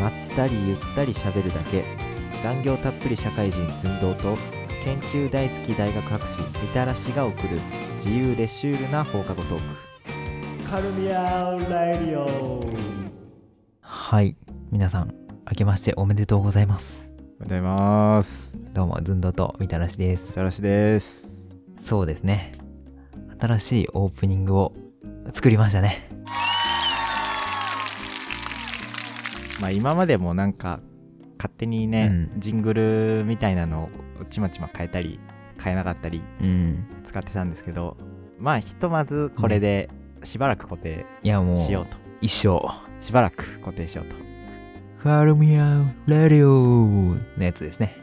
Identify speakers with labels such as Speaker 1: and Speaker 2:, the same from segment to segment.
Speaker 1: まったりゆったり喋るだけ残業たっぷり社会人寸胴と研究大好き大学博士みたらしが送る自由レシュールな放課後トーク
Speaker 2: カルミアラディオ
Speaker 3: はい皆さん明けましておめでとうございます
Speaker 4: おはようございます。
Speaker 3: どうもずんどとみたらしです
Speaker 4: さらしです。
Speaker 3: そうですね新しいオープニングを作りましたね
Speaker 4: まあ今までもなんか勝手にね、
Speaker 3: う
Speaker 4: ジングルみたいなのをちまちま変えたり変えなかったり
Speaker 3: うん
Speaker 4: 使ってたんですけど、まあひとまずこれでしばらく固定
Speaker 3: いやもう
Speaker 4: しようと。
Speaker 3: 一生
Speaker 4: しばらく固定しようと。
Speaker 3: ファルミアラディオのやつですね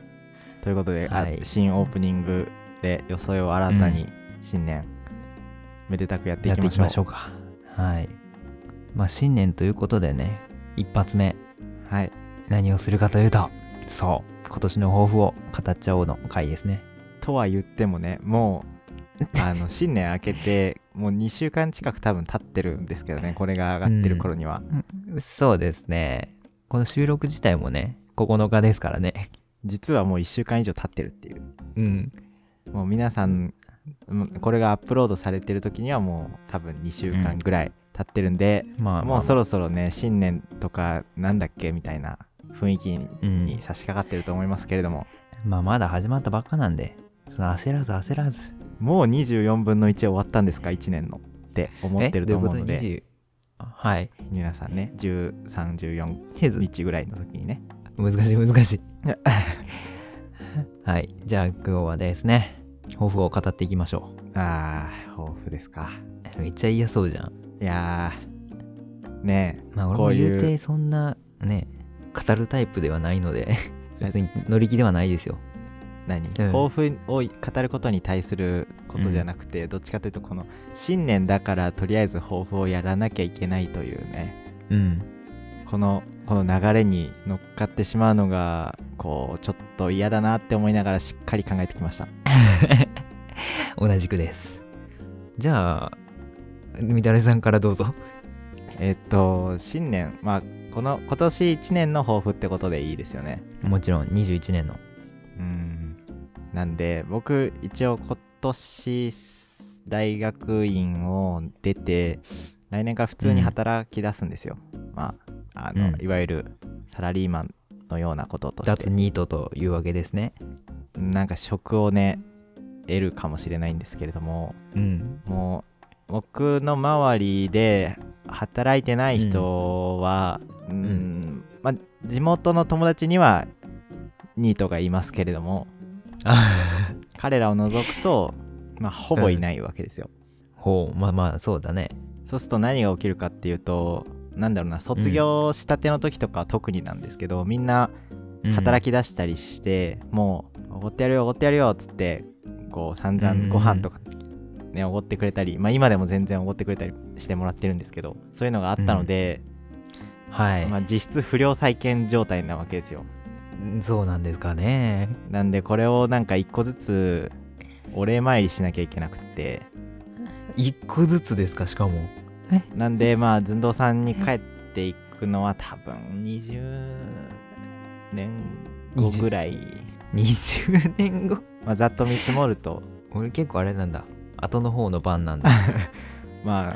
Speaker 4: ということで、あ
Speaker 3: はい
Speaker 4: 新オープニングで装いを新たに新年、めでたくやってい
Speaker 3: やっ
Speaker 4: き
Speaker 3: て
Speaker 4: ま
Speaker 3: いき
Speaker 4: しょう。
Speaker 3: ましょうかはいまあ新年ということでね一発目
Speaker 4: はい。
Speaker 3: 何をするかというとそう今年の抱負を語っちゃおうの回ですね
Speaker 4: とは言ってもねも うあの新年明けてもう2週間近く多分経ってるんですけどねこれが上がってる頃には、
Speaker 3: そうですねこの収録自体もね9日ですからね
Speaker 4: 実はもう1週間以上経ってるっていう
Speaker 3: うん
Speaker 4: もう皆さんうんこれがアップロードされてる時にはもう多分2週間ぐらい経ってるんで、
Speaker 3: まあ、
Speaker 4: もう
Speaker 3: そ
Speaker 4: そろそろね新年とかなんだっけみたいな雰囲気に
Speaker 3: うん
Speaker 4: に差し掛かってると思いますけれども、
Speaker 3: まあまだ始まったばっかなんでその焦らず焦らず
Speaker 4: もう24分の1終わったんですか1年のって思ってると思うの
Speaker 3: えど
Speaker 4: で
Speaker 3: いこと20はい
Speaker 4: 皆さんね1314
Speaker 3: チーズ
Speaker 4: 日ぐらいの時にね
Speaker 3: 難しい難しい はいじゃあ今日はですね抱負を語っていきましょ
Speaker 4: ああ、豊富ですか。
Speaker 3: うめっちゃ嫌そうじゃん
Speaker 4: いやー、ね
Speaker 3: まあ俺
Speaker 4: こ
Speaker 3: も
Speaker 4: うい
Speaker 3: 言
Speaker 4: う
Speaker 3: うてそんなね語るタイプではないの で別に乗り気ではないですよ
Speaker 4: え、何、
Speaker 3: うん
Speaker 4: 抱負を語ることに対することじゃなくて、どっちかというと、この新年だからとりあえず抱負をやらなきゃいけないというね、
Speaker 3: うん
Speaker 4: この、この流れに乗っかってしまうのが、こう、ちょっと嫌だなって思いながらしっかり考えてきました。
Speaker 3: 同じくですじゃあみたらしさんからどうぞ
Speaker 4: えっと、新年、まあ、この今年1年の抱負ってことでいいですよね。
Speaker 3: もちろん21年の
Speaker 4: うんなんで僕一応今年大学院を出て来年から普通に働き出すんですよ、まああの、
Speaker 3: うん
Speaker 4: いわゆるサラリーマンのようなこととし
Speaker 3: 脱
Speaker 4: て
Speaker 3: ニートというわけですね
Speaker 4: なんか職をね得るかもしれないんですけれども
Speaker 3: うん
Speaker 4: もう僕の周りで働いてない人は、うんまあ、地元の友達にはニートがいますけれども
Speaker 3: あ
Speaker 4: 彼らを除くと、まあ、ほぼいないわけですよ、
Speaker 3: ほうまあまあそうだね
Speaker 4: そうすると何が起きるかっていうとなんだろうな卒業したての時とかは特になんですけど、みんな働き
Speaker 3: き
Speaker 4: 出したりして、もうおごってやるよおごってやるよっつってこう散々ご飯とかねおご、ってくれたり、まあ、今でも全然おごってくれたりしてもらってるんですけどそういうのがあったので、
Speaker 3: はい、
Speaker 4: まあ、実質不良債権状態なわけですよ
Speaker 3: そうなんですかね
Speaker 4: なんでこれをなんか一個ずつお礼参りしなきゃいけなくって
Speaker 3: 一個ずつですかしかも
Speaker 4: なんでまあ寸胴さんに帰っていくのは多分20年後ぐらい、
Speaker 3: 20年後
Speaker 4: まあ、ざっと見積もると
Speaker 3: 俺結構あれなんだ後の方の番な んだ
Speaker 4: まあ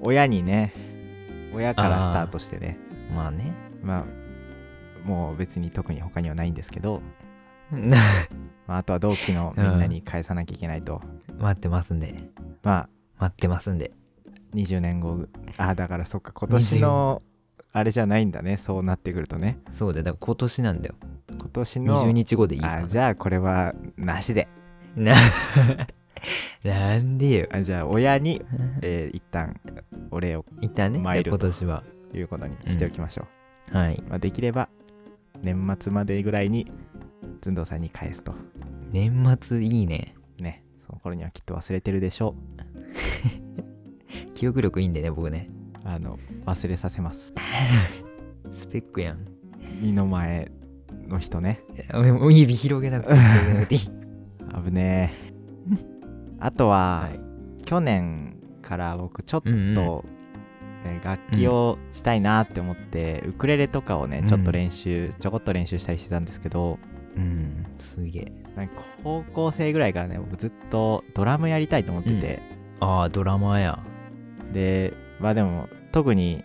Speaker 4: 親にね親からスタートしてね
Speaker 3: まあね
Speaker 4: まあもう別に特に他にはないんですけど、まあ、あとは同期のみんなに返さなきゃいけないと、
Speaker 3: 待ってますんで
Speaker 4: まあ
Speaker 3: 待ってますんで
Speaker 4: 20年後あだからそっか今年のあれじゃないんだねそうなってくるとね
Speaker 3: そうだよだから今年なんだよ
Speaker 4: 今年の
Speaker 3: 20日後でいいですか
Speaker 4: あじゃあこれはなしで
Speaker 3: な なんでよ
Speaker 4: あじゃあ親にえー一旦お礼を
Speaker 3: 一旦ね
Speaker 4: マイルド
Speaker 3: 今年は
Speaker 4: 言うことにしておきましょう、
Speaker 3: はい
Speaker 4: まあ、できれば年末までぐらいに寸胴さんに返すと
Speaker 3: 年末いいね
Speaker 4: ねその頃にはきっと忘れてるでしょう
Speaker 3: 記憶力いいんでね僕ね
Speaker 4: あの忘れさせます
Speaker 3: スペックやん
Speaker 4: 二の前の人ね
Speaker 3: あもう指広げなくて広げな くていい
Speaker 4: 危ねえ あとは、
Speaker 3: はい
Speaker 4: 去年から僕ちょっ
Speaker 3: うんうん
Speaker 4: とね楽器をしたいなって思って、ウクレレとかをねちょっと練習、ちょこっと練習したりしてたんですけど
Speaker 3: うんすげえ
Speaker 4: なんか高校生ぐらいからね僕ずっとドラムやりたいと思ってて、
Speaker 3: ああドラマや
Speaker 4: でまあでも特に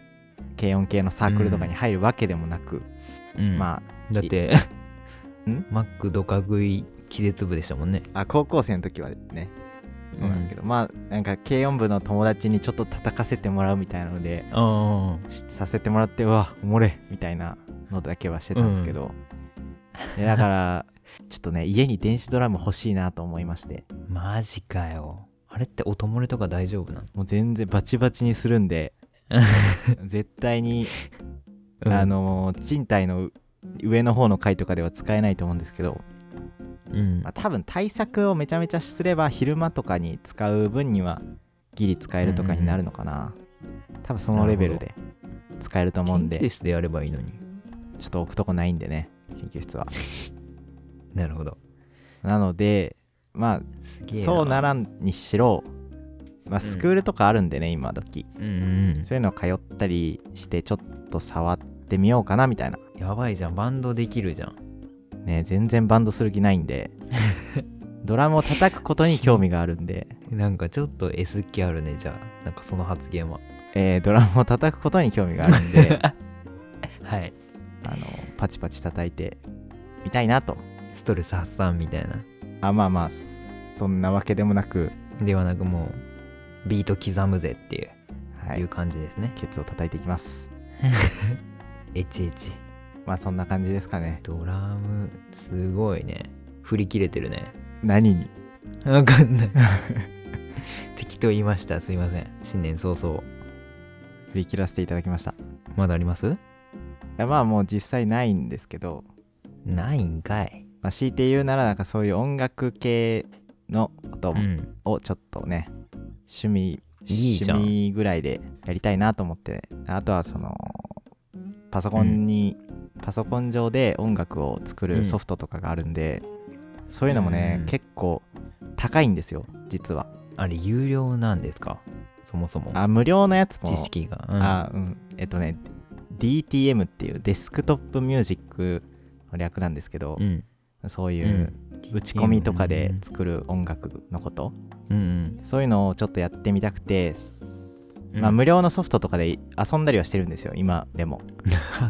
Speaker 4: 軽音系のサークルとかに入るわけでもなく、
Speaker 3: うん
Speaker 4: ま
Speaker 3: だって
Speaker 4: ん
Speaker 3: マックドカ食い気絶部でしたもんね
Speaker 4: ああ高校生の時はねそうなんだけど、まあなんか軽音部の友達にちょっと叩かせてもらうみたいなので
Speaker 3: あ
Speaker 4: しさせてもらってうわおもれみたいなのだけはしてたんですけど、いやだからちょっとね家に電子ドラム欲しいなと思いまして
Speaker 3: あマジかよあれって音漏れとか大丈夫なの、
Speaker 4: もう全然バチバチにするんで絶対に、
Speaker 3: うん
Speaker 4: あの賃貸の上の方の階とかでは使えないと思うんですけど、
Speaker 3: うん
Speaker 4: まあ、多分対策をめちゃめちゃすれば昼間とかに使う分にはギリ使えるとかになるのかな、多分そのレベルで使えると思うん
Speaker 3: 研究
Speaker 4: で
Speaker 3: 室でやればいいのに
Speaker 4: ちょっと置くとこないんでね研究室は
Speaker 3: なるほど
Speaker 4: なのでまあ
Speaker 3: すげえ
Speaker 4: そうならんにしろ、まあ、
Speaker 3: うん
Speaker 4: スクールとかあるんでね、今時
Speaker 3: うんうんうん
Speaker 4: そういうの通ったりしてちょっと触ってみようかなみたいな
Speaker 3: やばいじゃんバンドできるじゃん
Speaker 4: ね全然バンドする気ないん でドラムを叩くことに興味があるんで、
Speaker 3: なんかちょっと S 気あるねじゃあなんかその発言は
Speaker 4: えードラムを叩くことに興味があるんで
Speaker 3: はい
Speaker 4: あのパチパチ叩いてみたいなと
Speaker 3: ストレス発散みたいな
Speaker 4: あまあまあそんなわけでもなく、
Speaker 3: ではなくもうビート刻むぜっていう,、、、
Speaker 4: はいいう
Speaker 3: 感じですね
Speaker 4: ケツを叩いていきます
Speaker 3: エチエチ
Speaker 4: まあそんな感じですかね
Speaker 3: ドラムすごいね振り切れてるね
Speaker 4: 何に
Speaker 3: わかんない 適当言いましたすいません新年早々
Speaker 4: 振り切らせていただきました
Speaker 3: まだあります
Speaker 4: いやまあもう実際ないんですけど、
Speaker 3: ないんかい
Speaker 4: まあ、強いて言うならなんかそういう音楽系のこと
Speaker 3: うん
Speaker 4: をちょっとね、趣味
Speaker 3: いいじゃん
Speaker 4: 趣味ぐらいでやりたいなと思ってあとはそのパソコンに、パソコン上で音楽を作
Speaker 3: うん
Speaker 4: るソフトとかがあるんで、そういうのもね、
Speaker 3: うん
Speaker 4: 結構高いんですよ実は
Speaker 3: あれ有料なんですかそもそも
Speaker 4: あ無料のやつも
Speaker 3: 知識が、うん
Speaker 4: あうんえっとね DTM っていうデスクトップミュージックの略なんですけど、
Speaker 3: うん
Speaker 4: そういううん打ち込みとかで作る音楽のこと、
Speaker 3: うんうん
Speaker 4: そういうのをちょっとやってみたくて、
Speaker 3: うん
Speaker 4: まあ無料のソフトとかで遊んだりはしてるんですよ今でも、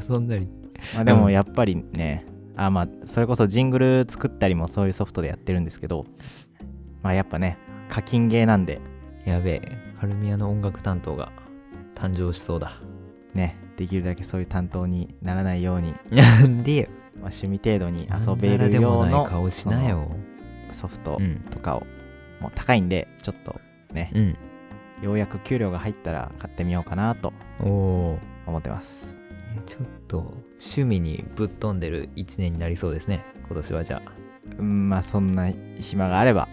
Speaker 3: 遊んだり
Speaker 4: まあ、でもやっぱりね、あまあそれこそジングル作ったりもそういうソフトでやってるんですけどまあやっぱね課金ゲーなんで
Speaker 3: やべえカルミアの音楽担当が誕生しそうだ
Speaker 4: ねできるだけそういう担当にならないように、
Speaker 3: なんでよ
Speaker 4: まあ、趣味程度に遊
Speaker 3: なん
Speaker 4: べ
Speaker 3: ざら
Speaker 4: る
Speaker 3: でも
Speaker 4: よう
Speaker 3: な
Speaker 4: な
Speaker 3: い顔しなよ
Speaker 4: ソフト
Speaker 3: うん
Speaker 4: とかを、もう高いんでちょっとね、
Speaker 3: うん
Speaker 4: ようやく給料が入ったら買ってみようかなと
Speaker 3: おおー
Speaker 4: 思ってます
Speaker 3: ちょっと趣味にぶっ飛んでる1年になりそうですね今年はじゃあ
Speaker 4: うんまあそんな暇があれ ば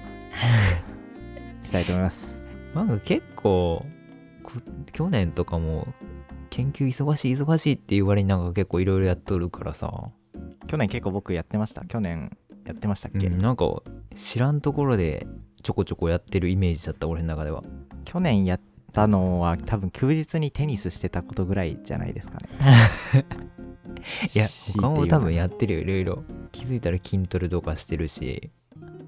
Speaker 4: したいと思います
Speaker 3: なんか結構こ去年とかも研究忙しい忙しいっていう割になんか結構いろいろやっとるからさ、
Speaker 4: 去年結構僕やってました去年やってましたっ
Speaker 3: う
Speaker 4: け、
Speaker 3: んなんか知らんところでちょこちょこやってるイメージだった俺の中では
Speaker 4: 去年やったのは多分休日にテニスしてたことぐらいじゃないですかね
Speaker 3: い
Speaker 4: 強い
Speaker 3: や
Speaker 4: て
Speaker 3: 他
Speaker 4: 言う
Speaker 3: も多分やってるよいろいろ気づいたら筋トレとかしてるし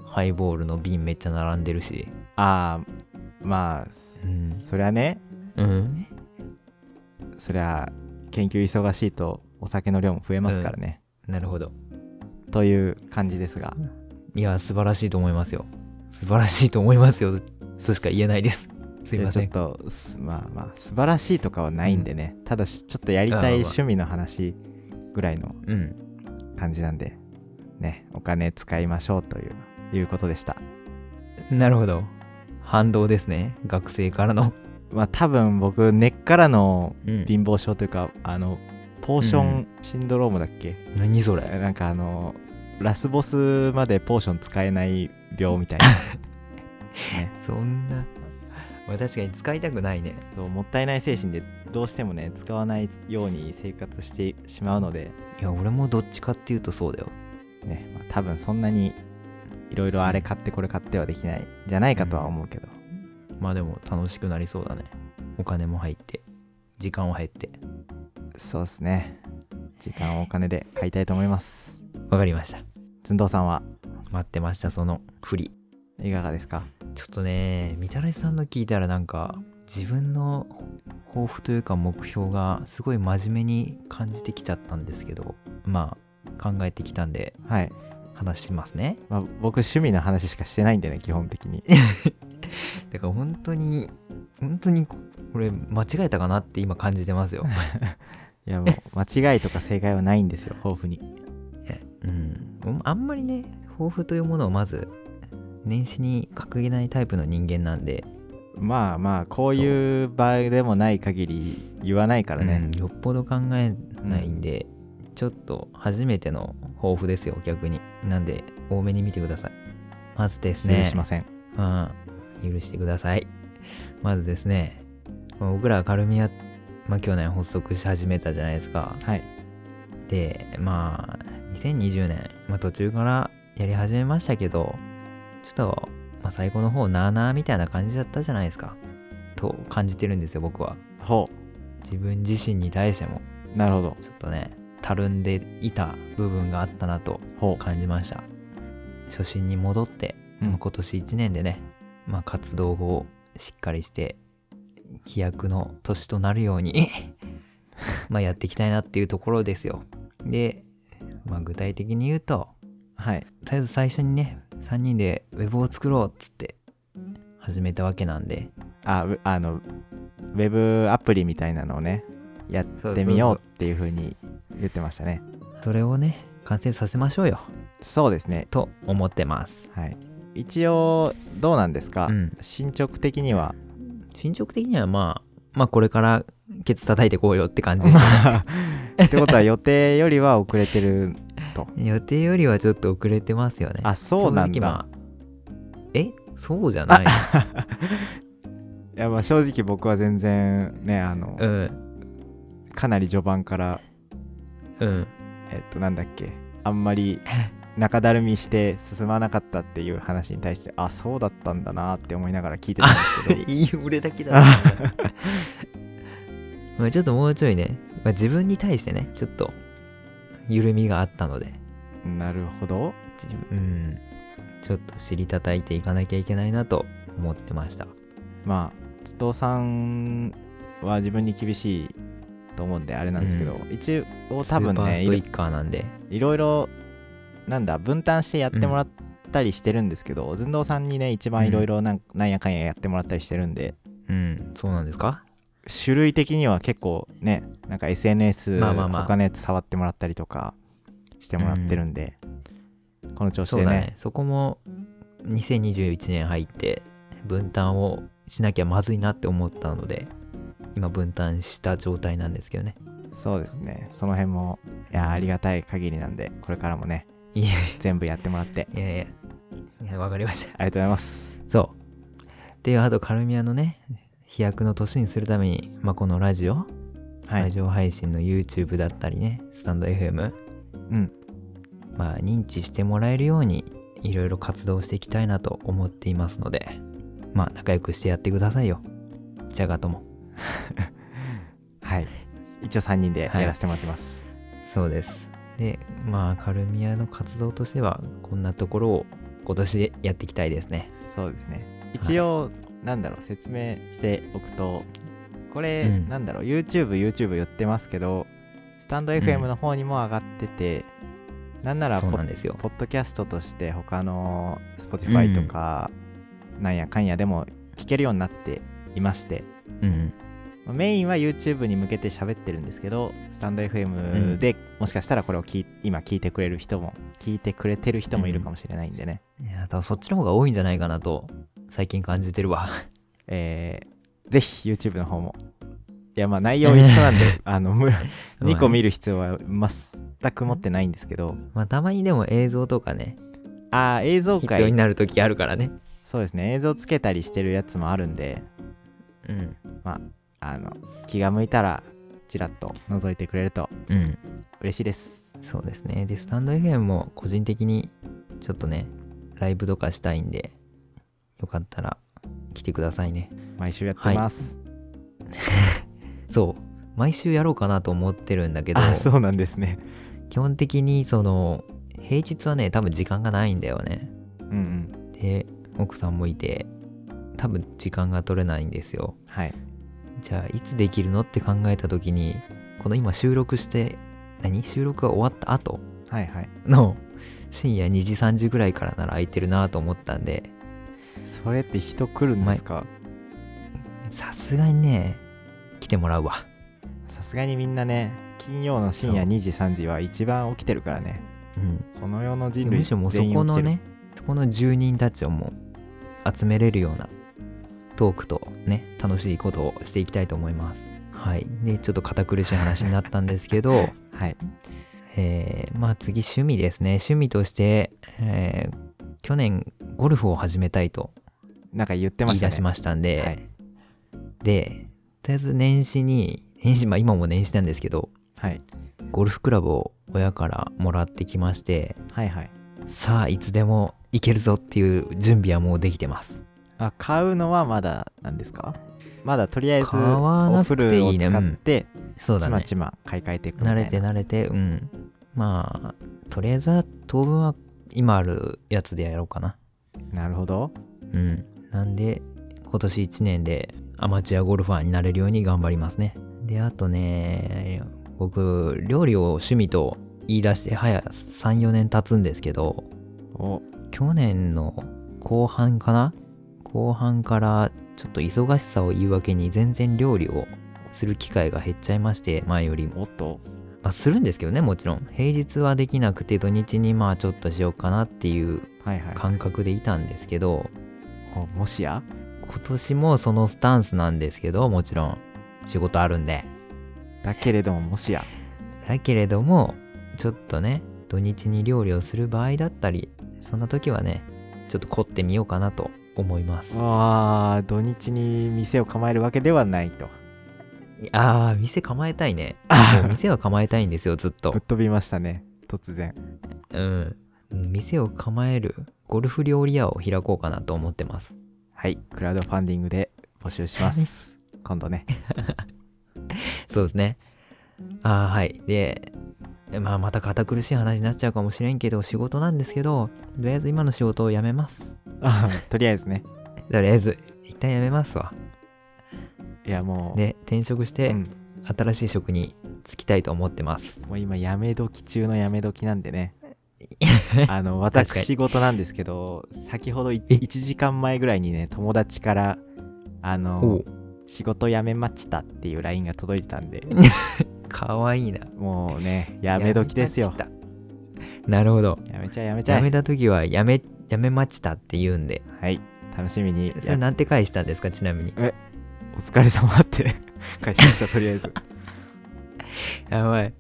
Speaker 3: ハイボールの瓶めっちゃ並んでるし
Speaker 4: ああまあ
Speaker 3: うん、
Speaker 4: そりゃね
Speaker 3: うん、
Speaker 4: そりゃ研究忙しいとお酒の量も増えますからね、
Speaker 3: なるほど
Speaker 4: という感じですが
Speaker 3: いや素晴らしいと思いますよ素晴らしいと思いますよとしか言えないですすいません
Speaker 4: ちょっとすまあまあ素晴らしいとかはないんでね、ただしちょっとやりたい趣味の話ぐらいの
Speaker 3: うん
Speaker 4: 感じなんでねお金使いましょうといういうことでした
Speaker 3: なるほど反動ですね学生からの
Speaker 4: まあ多分僕根っからの
Speaker 3: うん
Speaker 4: 貧乏症というかあのポーションシンドロームだっけ、
Speaker 3: 何それ
Speaker 4: なんかあのラスボスまでポーション使えない病みたいな、ね、
Speaker 3: そんな、まあ、確かに使いたくないね
Speaker 4: そうもったいない精神でどうしてもね使わないように生活してしまうので
Speaker 3: いや俺もどっちかっていうとそうだよ
Speaker 4: ね、まあ、多分そんなにいろいろあれ買ってこれ買ってはできないんじゃないかとは思うけど、
Speaker 3: まあでも楽しくなりそうだねお金も入って時間を経って
Speaker 4: そうですね時間をお金で買いたいと思います
Speaker 3: わかりました
Speaker 4: ずんどうさんは
Speaker 3: 待ってましたその振り
Speaker 4: いかがですか
Speaker 3: ちょっとねみたらしさんの聞いたらなんか自分の抱負というか目標がすごい真面目に感じてきちゃったんですけどまあ考えてきたんで
Speaker 4: はい、
Speaker 3: 話しますね
Speaker 4: まあ、僕趣味の話しかしてないんでね基本的に
Speaker 3: だから本当に本当にここれ間違えたかなって今感じてますよ
Speaker 4: いやもう間違いとか正解はないんですよ 豊富に
Speaker 3: うんあんまりね抱負というものをまず年始に掲げないタイプの人間なんで
Speaker 4: まあまあこういう場でもない限り言わないから
Speaker 3: う
Speaker 4: ね
Speaker 3: ん、よっぽど考えないんで、ちょっと初めての抱負ですよ逆になんで多めに見てくださいまずですね
Speaker 4: 許しません、
Speaker 3: うん、許してくださいまずですねまあ僕らはカルミア、まあ、去年発足し始めたじゃないですか
Speaker 4: はい
Speaker 3: でまあ2020年、まあ、途中からやり始めましたけどちょっと、まあ、最後の方なあなあみたいな感じだったじゃないですかと感じてるんですよ僕は
Speaker 4: ほ
Speaker 3: 自分自身に対しても
Speaker 4: うなるほど
Speaker 3: ちょっとねたるんでいた部分があったなと
Speaker 4: ほ
Speaker 3: 感じました初心に戻って、
Speaker 4: うん
Speaker 3: まあ今年1年でね、まあ、活動をしっかりして飛躍の年となるように まあやっていきたいなっていうところですよで、まあ、具体的に言うと
Speaker 4: うはい
Speaker 3: とりあえず最初にね3人でウェブを作ろうっつって始めたわけなんで
Speaker 4: あウェあのウェブアプリみたいなのをねやってみようっていうふうに言ってましたね
Speaker 3: それをね完成させましょうよ
Speaker 4: そうですね
Speaker 3: と思ってます
Speaker 4: はい一応どうなんですか、
Speaker 3: うん
Speaker 4: 進捗的に は
Speaker 3: 進捗的にはまあまあこれからケツ叩いてこうよって感じです
Speaker 4: ってことは予定よりは遅れてる
Speaker 3: 予定よりはちょっと遅れてますよね
Speaker 4: あそうなんだ、
Speaker 3: 正直まあえそうじゃない
Speaker 4: いやまあ正直僕は全然ねあの、
Speaker 3: うん
Speaker 4: かなり序盤から
Speaker 3: うん
Speaker 4: えっとなんだっけあんま り中だるみして進まなかったっていう話に対してあそうだったんだなって思いながら聞いてたんですけど
Speaker 3: いい俺だけだ まあちょっともうちょいね、まあ、自分に対してねちょっと緩みがあったので
Speaker 4: なるほど
Speaker 3: 自分うんちょっと尻叩いていかなきゃいけないなと思ってました
Speaker 4: まあ津藤さんは自分に厳しいと思うんであれなんですけど、一応多分
Speaker 3: スーパー
Speaker 4: ね
Speaker 3: ス
Speaker 4: い
Speaker 3: ト
Speaker 4: ろ
Speaker 3: イッカーなんで
Speaker 4: いろいろなんだ分担してやってもらったりしてるんですけど、ずんどうさんにね一番いろいろなんなんやかんややってもらったりしてるんで、
Speaker 3: うんそうなんですか
Speaker 4: 種類的には結構ねなんか SNS
Speaker 3: まあまあまあ
Speaker 4: 他のやつ触ってもらったりとかしてもらってるんで、この調子
Speaker 3: そう
Speaker 4: で
Speaker 3: だ
Speaker 4: ね
Speaker 3: ねそこも2021年入って分担をしなきゃまずいなって思ったので今分担した状態なんですけどね
Speaker 4: そうですねその辺もいやありがたい限りなんでこれからもね
Speaker 3: いや
Speaker 4: 全部やってもらって
Speaker 3: いやいやいやわかりました
Speaker 4: ありがとうございます
Speaker 3: そうであとカルミアのね飛躍の年にするために、まあ、このラジオ、
Speaker 4: はい、
Speaker 3: ラジオ配信の YouTube だったりねスタンド FM
Speaker 4: うん
Speaker 3: まあ認知してもらえるようにいろいろ活動していきたいなと思っていますのでまあ仲良くしてやってくださいよじゃがとも
Speaker 4: はい一応3人で
Speaker 3: はい
Speaker 4: やらせてもらってます、
Speaker 3: そうです。で、まあ、カルミアの活動としては、こんなところを今年でやっていきたいですね。
Speaker 4: そうですね一応、なんだろう説明しておくとこれ、
Speaker 3: うん
Speaker 4: なんだろう YouTubeYouTube 言ってますけどスタンド FM の方にも上がってて、なんなら
Speaker 3: そう
Speaker 4: ポ
Speaker 3: なんですよ。
Speaker 4: ポッドキャストとして他の Spotify とかなんやかんやでも聞けるようになっていまして、
Speaker 3: うん。
Speaker 4: メインは YouTube に向けて喋ってるんですけどスタンド
Speaker 3: う
Speaker 4: FM
Speaker 3: ん
Speaker 4: でもしかしたらこれを聞い今聞いてくれる人も聞いてくれてる人もいるかもしれないんでね、
Speaker 3: いや、多分そっちの方が多いんじゃないかなと、最近感じてる わ。
Speaker 4: えーぜひ YouTube の方もいやまあ内容一緒なんで あの2個見る必要は全く持ってないんですけど
Speaker 3: まあ、たまにでも映像とかね、
Speaker 4: あー映像
Speaker 3: 必要に
Speaker 4: 界
Speaker 3: なる時あるからね。
Speaker 4: そうですね映像つけたりしてるやつもあるんで
Speaker 3: うん。
Speaker 4: あの気が向いたらちらっと覗いてくれると
Speaker 3: うん。
Speaker 4: 嬉しいです
Speaker 3: そうですね。で、スタンド FM も個人的に、ちょっとね、ライブとかしたいんで、よかったら来てくださいね。
Speaker 4: 毎週やってます、
Speaker 3: そう毎週やろうかなと思ってるんだけど
Speaker 4: あそうなんですね
Speaker 3: 基本的にその平日はね多分時間がないんだよね
Speaker 4: うんうん
Speaker 3: で奥さんもいて多分時間が取れないんですよ
Speaker 4: はい
Speaker 3: じゃあいつできるのって考えた時にこの今収録して何収録が終わった後
Speaker 4: はいはい
Speaker 3: の深夜2時3時ぐらいからなら空いてるなと思ったんで
Speaker 4: それって人来るんですか
Speaker 3: さすがにね来てもらうわ
Speaker 4: さすがにみんなね金曜の深夜
Speaker 3: そう
Speaker 4: 2時3時は一番起きてるからね
Speaker 3: うん
Speaker 4: この世の人類
Speaker 3: むしろもうそ
Speaker 4: 全員起
Speaker 3: こ
Speaker 4: き
Speaker 3: の
Speaker 4: てる
Speaker 3: ねそこの住人たちをもう集めれるようなトークとね楽しいことをしていきたいと思いますはいでちょっと堅苦しい話になったんですけ ど
Speaker 4: はい
Speaker 3: えーまあ次趣味ですね趣味として、えー去年ゴルフを始めたいと
Speaker 4: なんか言ってま
Speaker 3: 言い
Speaker 4: した
Speaker 3: 出
Speaker 4: ね
Speaker 3: しましたんで
Speaker 4: はい
Speaker 3: でとりあえず年始に年始まあ今も年始なんですけど
Speaker 4: はい
Speaker 3: ゴルフクラブを親からもらってきまして
Speaker 4: はいはい
Speaker 3: さあいつでも行けるぞっていう準備はもうできてます
Speaker 4: あ買うのはまだなんですかまだとりあえず
Speaker 3: 買わな
Speaker 4: お
Speaker 3: く
Speaker 4: フ
Speaker 3: て
Speaker 4: ル
Speaker 3: い
Speaker 4: を
Speaker 3: いね
Speaker 4: 使って
Speaker 3: そうだ
Speaker 4: ちま
Speaker 3: ね
Speaker 4: ちま買い替えていくみた
Speaker 3: 慣
Speaker 4: いな
Speaker 3: れて慣れてうんまあとりあえずは当分は今あるやつでやろうかな
Speaker 4: なるほど
Speaker 3: うんなんで今年1年でアマチュアゴルファーになれるように頑張りますねであとね僕料理を趣味と言い出して早34年経つんですけど
Speaker 4: お
Speaker 3: 去年の後半かな後半からちょっと忙しさを言い訳に全然料理をする機会が減っちゃいまして前よりも、
Speaker 4: おっと
Speaker 3: まあ、するんですけどねもちろん平日はできなくて土日にまあちょっとしようかなっていう
Speaker 4: はいはい
Speaker 3: 感覚でいたんですけど
Speaker 4: おもしや
Speaker 3: 今年もそのスタンスなんですけどもちろん仕事あるんで
Speaker 4: だけれどももしや
Speaker 3: だけれどもちょっとね土日に料理をする場合だったりそんな時はねちょっと凝ってみようかなと思います
Speaker 4: わあ土日に店を構えるわけではないと
Speaker 3: ああ、店構えたいね。もう店は構えたいんですよ、ずっと
Speaker 4: ぶっ。飛びましたね突然
Speaker 3: うん。店を構えるゴルフ料理屋を開こうかなと思ってます。
Speaker 4: はいクラウドファンディングで募集します 今度ね
Speaker 3: そうですね。ああ、はい。で、まあ、また堅苦しい話になっちゃうかもしれんけど、仕事なんですけど、とりあえず今の仕事を辞めます。
Speaker 4: あとりあえずね
Speaker 3: とりあえず、一旦辞めますわ。
Speaker 4: いやもう
Speaker 3: で、転職し
Speaker 4: う
Speaker 3: て、
Speaker 4: ん
Speaker 3: 新しい職に就きたいと思ってます。
Speaker 4: もう今やめ時中のやめ時なんで ねあの私事なんですけど先ほどい
Speaker 3: え
Speaker 4: 1時間前ぐらいにね友達からあの仕事辞めましたっていう LINE が届いたんで
Speaker 3: かわいいな。
Speaker 4: もうねやめ時ですよ
Speaker 3: 辞めました。なるほど。
Speaker 4: やめちゃえやめちゃ
Speaker 3: 辞め
Speaker 4: え
Speaker 3: た時はやめやめましたって言うんで
Speaker 4: はい楽しみに
Speaker 3: それなんて返したんですかちなみに
Speaker 4: お疲れ様って 返しましたとりあえず
Speaker 3: やばい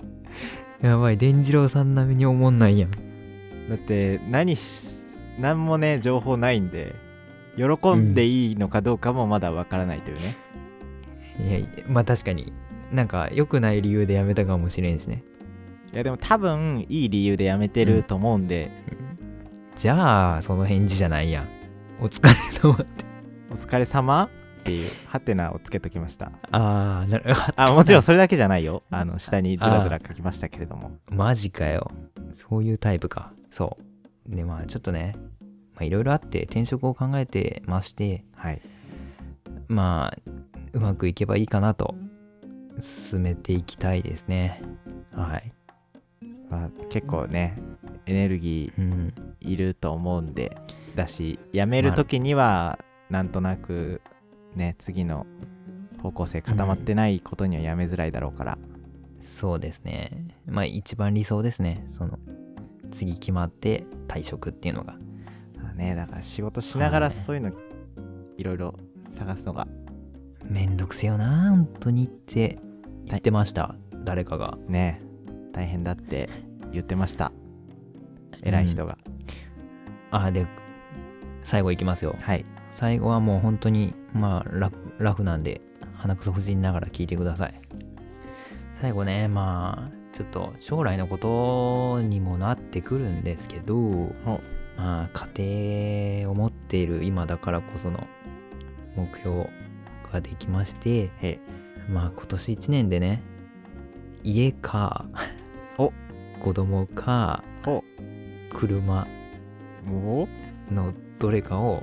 Speaker 3: やばい伝次郎さん並みにおもんないやん
Speaker 4: だって何し何もね情報ないんで喜んでいいのかどうかもまだわからないというね、
Speaker 3: いやいやまあ確かになんか良くない理由でやめたかもしれんしね
Speaker 4: いやでも多分いい理由でやめてると思うんで、
Speaker 3: じゃあその返事じゃないやんお疲れ 様って
Speaker 4: お疲れ様っていうハテナをつけときました
Speaker 3: ああなるほど
Speaker 4: あもちろんそれだけじゃないよあの下にずらずら書きましたけれども
Speaker 3: マジかよそういうタイプかそうでまあちょっとねまあいろいろあって転職を考えてまして
Speaker 4: はい
Speaker 3: まあうまくいけばいいかなと進めていきたいですねはい
Speaker 4: まあ、結構ねエネルギ
Speaker 3: うん
Speaker 4: ーいると思うんでだし辞める時にはなんとなくね次の方向性固まってないことには辞めづらいだろうから、
Speaker 3: そうですねまあ一番理想ですねその次決まって退職っていうのが
Speaker 4: まあねだから仕事しなが
Speaker 3: は
Speaker 4: ら
Speaker 3: い
Speaker 4: そういうのいろいろ探すのが
Speaker 3: めんどくせよな本当にって言ってました、誰かが
Speaker 4: ね大変だって言ってました偉い人が、
Speaker 3: あで最後いきますよ
Speaker 4: はい
Speaker 3: 最後はもう本当にまあラフラフなんで鼻くそほじりながら聞いてください最後ねまあちょっと将来のことにもなってくるんですけどまあ家庭を持っている今だからこその目標ができまして
Speaker 4: へ
Speaker 3: まあ今年1年でね家か
Speaker 4: お
Speaker 3: 子供か
Speaker 4: お
Speaker 3: 車
Speaker 4: お
Speaker 3: のどれかを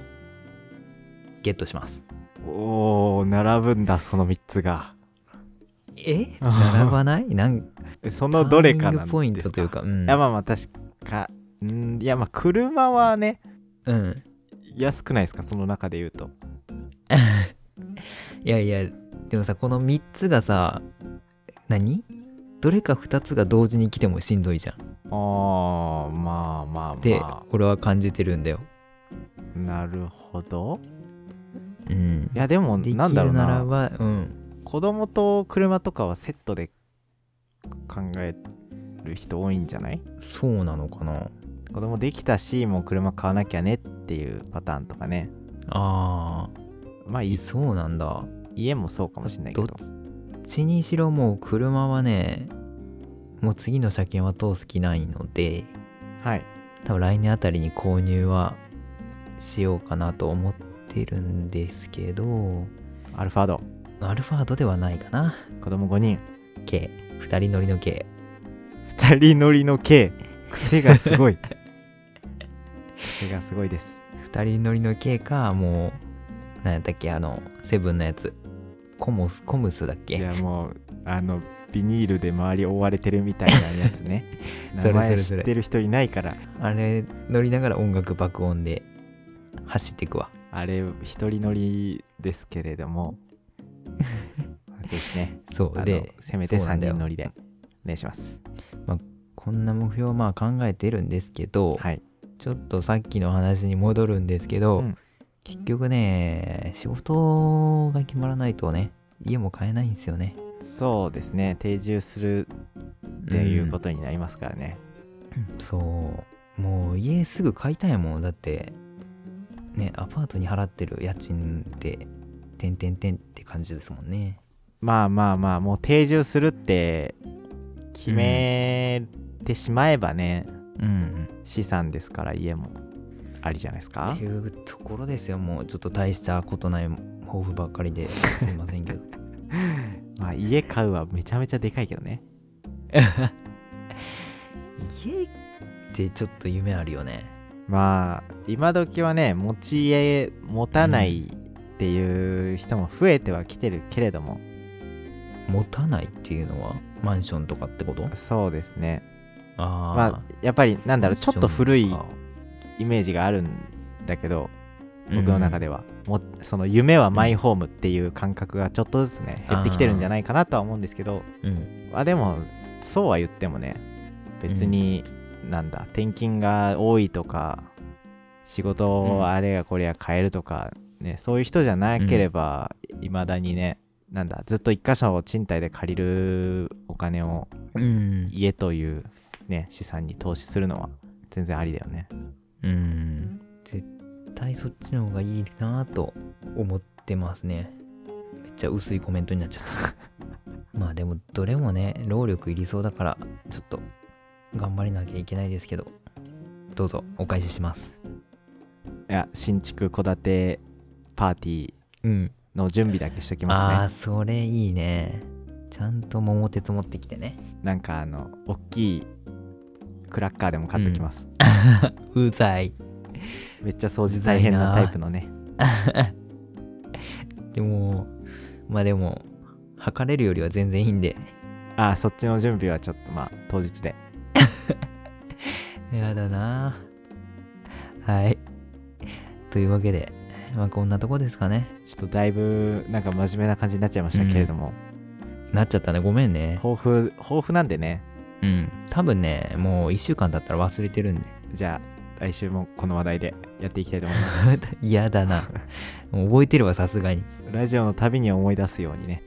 Speaker 3: ゲットします
Speaker 4: おー並ぶんだその3つが
Speaker 3: え並ばないなん
Speaker 4: えその どれか
Speaker 3: ターニン
Speaker 4: なんです
Speaker 3: グ
Speaker 4: か
Speaker 3: ポイントというか、うん
Speaker 4: いやまあまあ確かうんいやまあ車はね
Speaker 3: うん、
Speaker 4: 安くないですかその中で言うと
Speaker 3: いやいやでもさこの3つがさ何どれか2つが同時に来てもしんどいじゃん
Speaker 4: ああまあまあ
Speaker 3: で、
Speaker 4: ま
Speaker 3: 俺は感じてるんだよ
Speaker 4: あなるほど
Speaker 3: うん
Speaker 4: いやでも
Speaker 3: できる
Speaker 4: なんだろうな
Speaker 3: らばうん
Speaker 4: 子供と車とかはセットで考える人多いんじゃない
Speaker 3: そうなのかな
Speaker 4: 子供できたしもう車買わなきゃねっていうパターンとかね
Speaker 3: あー
Speaker 4: まあ
Speaker 3: い
Speaker 4: い
Speaker 3: そうなんだ
Speaker 4: 家もそうかもしれないけど
Speaker 3: どっちにしろもう車はねもう次の車検は通す気ないので
Speaker 4: はい
Speaker 3: 多分来年あたりに購入はしようかなと思ってるんですけど
Speaker 4: アルファード
Speaker 3: アルファードではないかな
Speaker 4: 子供5人
Speaker 3: K 2人乗りの K
Speaker 4: 2人乗りの軽癖がす ごい癖がすごいです
Speaker 3: 2人乗りの K かもう何やったっけあのセブンのやつコモスコムスだっ
Speaker 4: い
Speaker 3: け
Speaker 4: やもうあのビニールで周り覆われてるみたいなやつね
Speaker 3: そ
Speaker 4: 名
Speaker 3: れそ
Speaker 4: 前
Speaker 3: れ
Speaker 4: 知
Speaker 3: それ
Speaker 4: ってる人いないから
Speaker 3: あれ乗りながら音楽爆音で走っていくわ
Speaker 4: あれ一人乗りですけれど もぜひね
Speaker 3: そ
Speaker 4: あ
Speaker 3: う
Speaker 4: の
Speaker 3: で
Speaker 4: せめて
Speaker 3: そうな
Speaker 4: 3
Speaker 3: んだよ
Speaker 4: 人乗りでお願いします
Speaker 3: こんな目標をまあ考えてるんですけど、
Speaker 4: はい
Speaker 3: ちょっとさっきの話に戻るんですけど、
Speaker 4: うん
Speaker 3: 結局ね仕事が決まらないとね家も買えないんですよね
Speaker 4: そうですね定住するっていうことになりますからね、
Speaker 3: うんそうもう家すぐ買いたいもんだってねアパートに払ってる家賃っててんてんてんって感じですもんね
Speaker 4: まあまあまあもう定住するって決めてしまえばね、
Speaker 3: うん
Speaker 4: 資産ですから家もありじゃないです
Speaker 3: っ
Speaker 4: か
Speaker 3: ていうところですよもうちょっと大したことない抱負ばっかりですいませんけ ど
Speaker 4: まあ家買うはめちゃめちゃでかいけど ね
Speaker 3: 家ってちょっと夢あるよね
Speaker 4: まあ今時はね持ち家持たないっていう人も増えてはきてるけれども、
Speaker 3: 持たないっていうのはマンションとかってこと
Speaker 4: そうですね
Speaker 3: あ、
Speaker 4: まあやっぱりなんだろうちょっと古い
Speaker 3: マンションか
Speaker 4: イメージがあるんだけど僕の中では、もその夢はマイホームっていう感覚がちょっとずつね減ってきてるんじゃないかなとは思うんですけど
Speaker 3: うん
Speaker 4: まあでもそうは言ってもね別になんだ転勤が多いとか仕事をあれやこれや変えるとか、ね、そういう人じゃなければいまだにねなんだずっと一箇所を賃貸で借りるお金を
Speaker 3: うん
Speaker 4: 家という、ね、資産に投資するのは全然ありだよね。
Speaker 3: うん絶対そっちの方がいいなと思ってますねめっちゃ薄いコメントになっちゃった まあでもどれもね労力いりそうだからちょっと頑張りなきゃいけないですけどどうぞお返しします
Speaker 4: いや新築戸建てパーティー
Speaker 3: うん
Speaker 4: の準備だけしとき
Speaker 3: ああ
Speaker 4: ま
Speaker 3: ーそれいいねちゃんと桃鉄持ってきてね
Speaker 4: すね。なんかあの大きいクラッカーでも買ってきます。
Speaker 3: うざい
Speaker 4: めっちゃ掃除大変
Speaker 3: うざい
Speaker 4: な
Speaker 3: な
Speaker 4: タイプのね。
Speaker 3: でもまあでも測れるよりは全然いいんで
Speaker 4: ああそっちの準備はちょっとまあ当日で
Speaker 3: やだなぁはい。というわけで、まあこんなとこですかね。
Speaker 4: ちょっとだいぶなんか真面目な感じになっちゃいましたけれども、
Speaker 3: なっちゃったね。ごめんね。
Speaker 4: 抱負抱負なんでね
Speaker 3: うん。多分ね、もう1週間経ったら忘れてるんで。
Speaker 4: じゃあ来週もこの話題でやっていきたいと思います
Speaker 3: 嫌だな。もう覚えてるわ、さすがに。
Speaker 4: ラジオのたびに思い出すようにね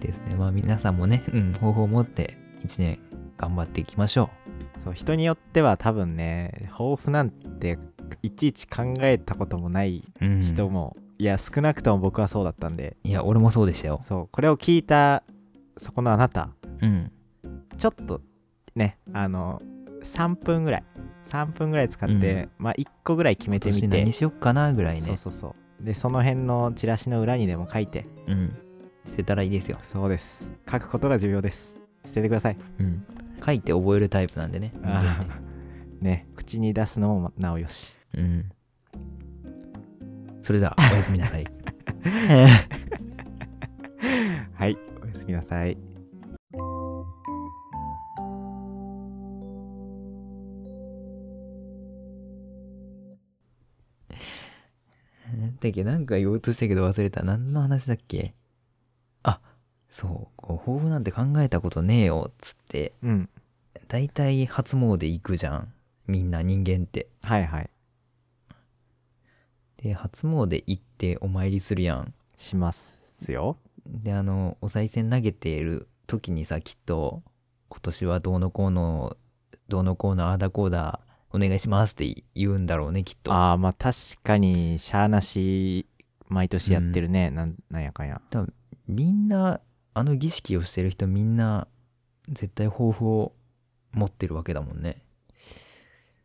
Speaker 3: ですね。まあ皆さんもね、うん、方法を持って1年頑張っていきましょ。
Speaker 4: そう人によっては多分ね抱負なんていちいち考えたこともないう
Speaker 3: うん。
Speaker 4: 人も、いや少なくとも僕はそうだったんで
Speaker 3: いや、俺もそうでしたよ。
Speaker 4: そうこれを聞いたそこのあなた
Speaker 3: うん。
Speaker 4: ちょっとねあの3分ぐらい3分ぐらい使って、まあ1個ぐらい決めてみ
Speaker 3: 年
Speaker 4: て
Speaker 3: 何しよっかなぐらいね。
Speaker 4: そうそうそうでその辺のチラシの裏にでも書いて
Speaker 3: うん捨てたらいいですよ
Speaker 4: そうです書くことが重要です捨ててください
Speaker 3: うん書いて覚えるタイプなんでね人間
Speaker 4: あーね口に出すのもなおよし
Speaker 3: うんそれではおやすみなさい
Speaker 4: はいおやすみなさい
Speaker 3: だっけなんか言おうとしたけど忘れた何の話だっけあそうこう抱負なんて考えたことねえよっつって
Speaker 4: うん
Speaker 3: 大体初詣行くじゃんみんな人間って
Speaker 4: はいはい
Speaker 3: で初詣行ってお参りするやん
Speaker 4: しますよ
Speaker 3: であのお賽銭投げている時にさきっと今年はどうのこうのどうのこうのああだこうだお願いしますって言うんだろうねきっと
Speaker 4: ああまあ確かにしゃあなし毎年やってるね、なんなんやかんや
Speaker 3: みんなあの儀式をしてる人みんな絶対抱負を持ってるわけだもんね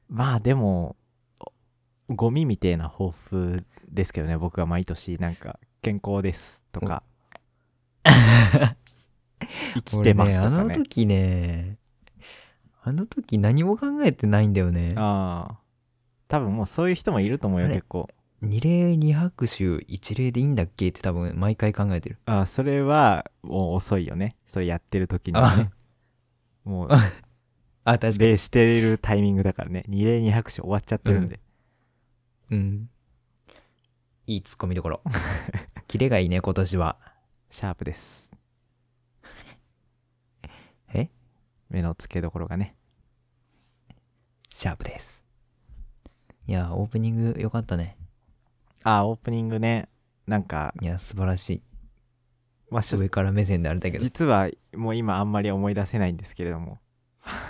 Speaker 4: まあでもおゴミみてえな抱負ですけどね僕は毎年なんか健康ですとか生きてますとか
Speaker 3: 俺ねあの
Speaker 4: ね
Speaker 3: 時ねあの時何も考えてないんだよね
Speaker 4: ああ多分もうそういう人もいると思うよ
Speaker 3: あれ
Speaker 4: 結構
Speaker 3: 二礼二拍手一礼でいいんだっけって多分毎回考えてる
Speaker 4: ああそれはもう遅いよねそれやってる時にはね
Speaker 3: あ
Speaker 4: もう
Speaker 3: ああ確かに
Speaker 4: 礼してるタイミングだからね二礼二拍手終わっちゃってるんで、
Speaker 3: うんいいツッコミどころ キレがいいね今年は
Speaker 4: シャープ です
Speaker 3: え
Speaker 4: 目の付けどころがね
Speaker 3: シャープですいやオープニング良かったね
Speaker 4: ああオープニングねなんか、
Speaker 3: いや素晴らし
Speaker 4: まあ、正
Speaker 3: い上から目線であれだけど
Speaker 4: 実はもう今あんまり思い出せないんですけれど も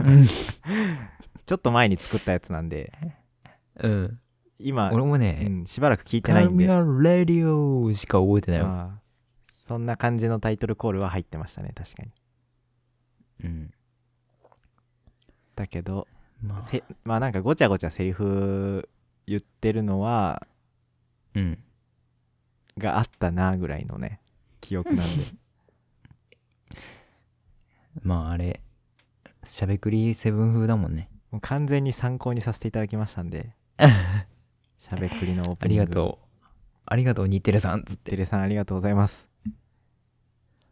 Speaker 3: うん
Speaker 4: ちょっと前に作ったやつなんで
Speaker 3: うん
Speaker 4: 今、
Speaker 3: 俺も
Speaker 4: う
Speaker 3: ね
Speaker 4: ん、しばらく聞い
Speaker 3: 「
Speaker 4: てない
Speaker 3: カ
Speaker 4: んで
Speaker 3: ミア・レディオ」しか覚えてないわ
Speaker 4: あーそんな感じのタイトルコールは入ってましたね確かに
Speaker 3: うん
Speaker 4: だけど
Speaker 3: まあ
Speaker 4: せまあなんかごちゃごちゃセリフ言ってるのは
Speaker 3: うん
Speaker 4: があったなぐらいのね記憶なんで
Speaker 3: まああれしゃべくりセブン風だもんね
Speaker 4: もう完全に参考にさせていただきましたん でしゃべくりのオー
Speaker 3: あ
Speaker 4: プニ
Speaker 3: り
Speaker 4: ング
Speaker 3: がとうありがとうニッテレさんっつって
Speaker 4: テレさんありがとうございます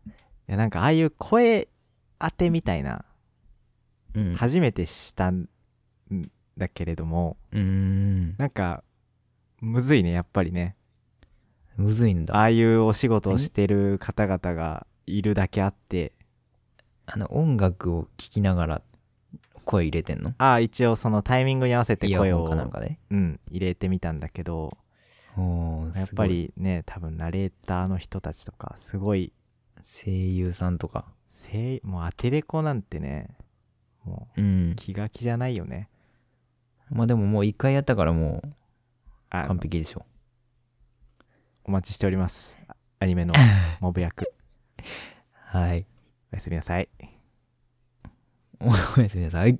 Speaker 4: いやなんかああいう声当てみたいな
Speaker 3: うん
Speaker 4: 初めてしたんだけれども
Speaker 3: うーん
Speaker 4: なんかむずいねやっぱりね
Speaker 3: むずいんだ
Speaker 4: ああいうお仕事をしてる方々がいるだけあって
Speaker 3: あの音楽を聴きながら声入れてんの
Speaker 4: ああ一応そのタイミングに合わせて
Speaker 3: イヤ
Speaker 4: 声
Speaker 3: ホン
Speaker 4: を
Speaker 3: かなんかで
Speaker 4: うん、入れてみたんだけど
Speaker 3: おー
Speaker 4: やっ
Speaker 3: すご
Speaker 4: ぱ
Speaker 3: い
Speaker 4: りね多分ナレーターの人たちとかすごい
Speaker 3: 声優さんとか
Speaker 4: せいもうアテレコなんてねも
Speaker 3: う
Speaker 4: うん気が気じゃないよね
Speaker 3: まあでももう一回やったからもう
Speaker 4: あ
Speaker 3: 完璧でしょ
Speaker 4: お待ちしておりますあアニメ のモブ役
Speaker 3: はい
Speaker 4: おやすみなさい
Speaker 3: おやすみなさい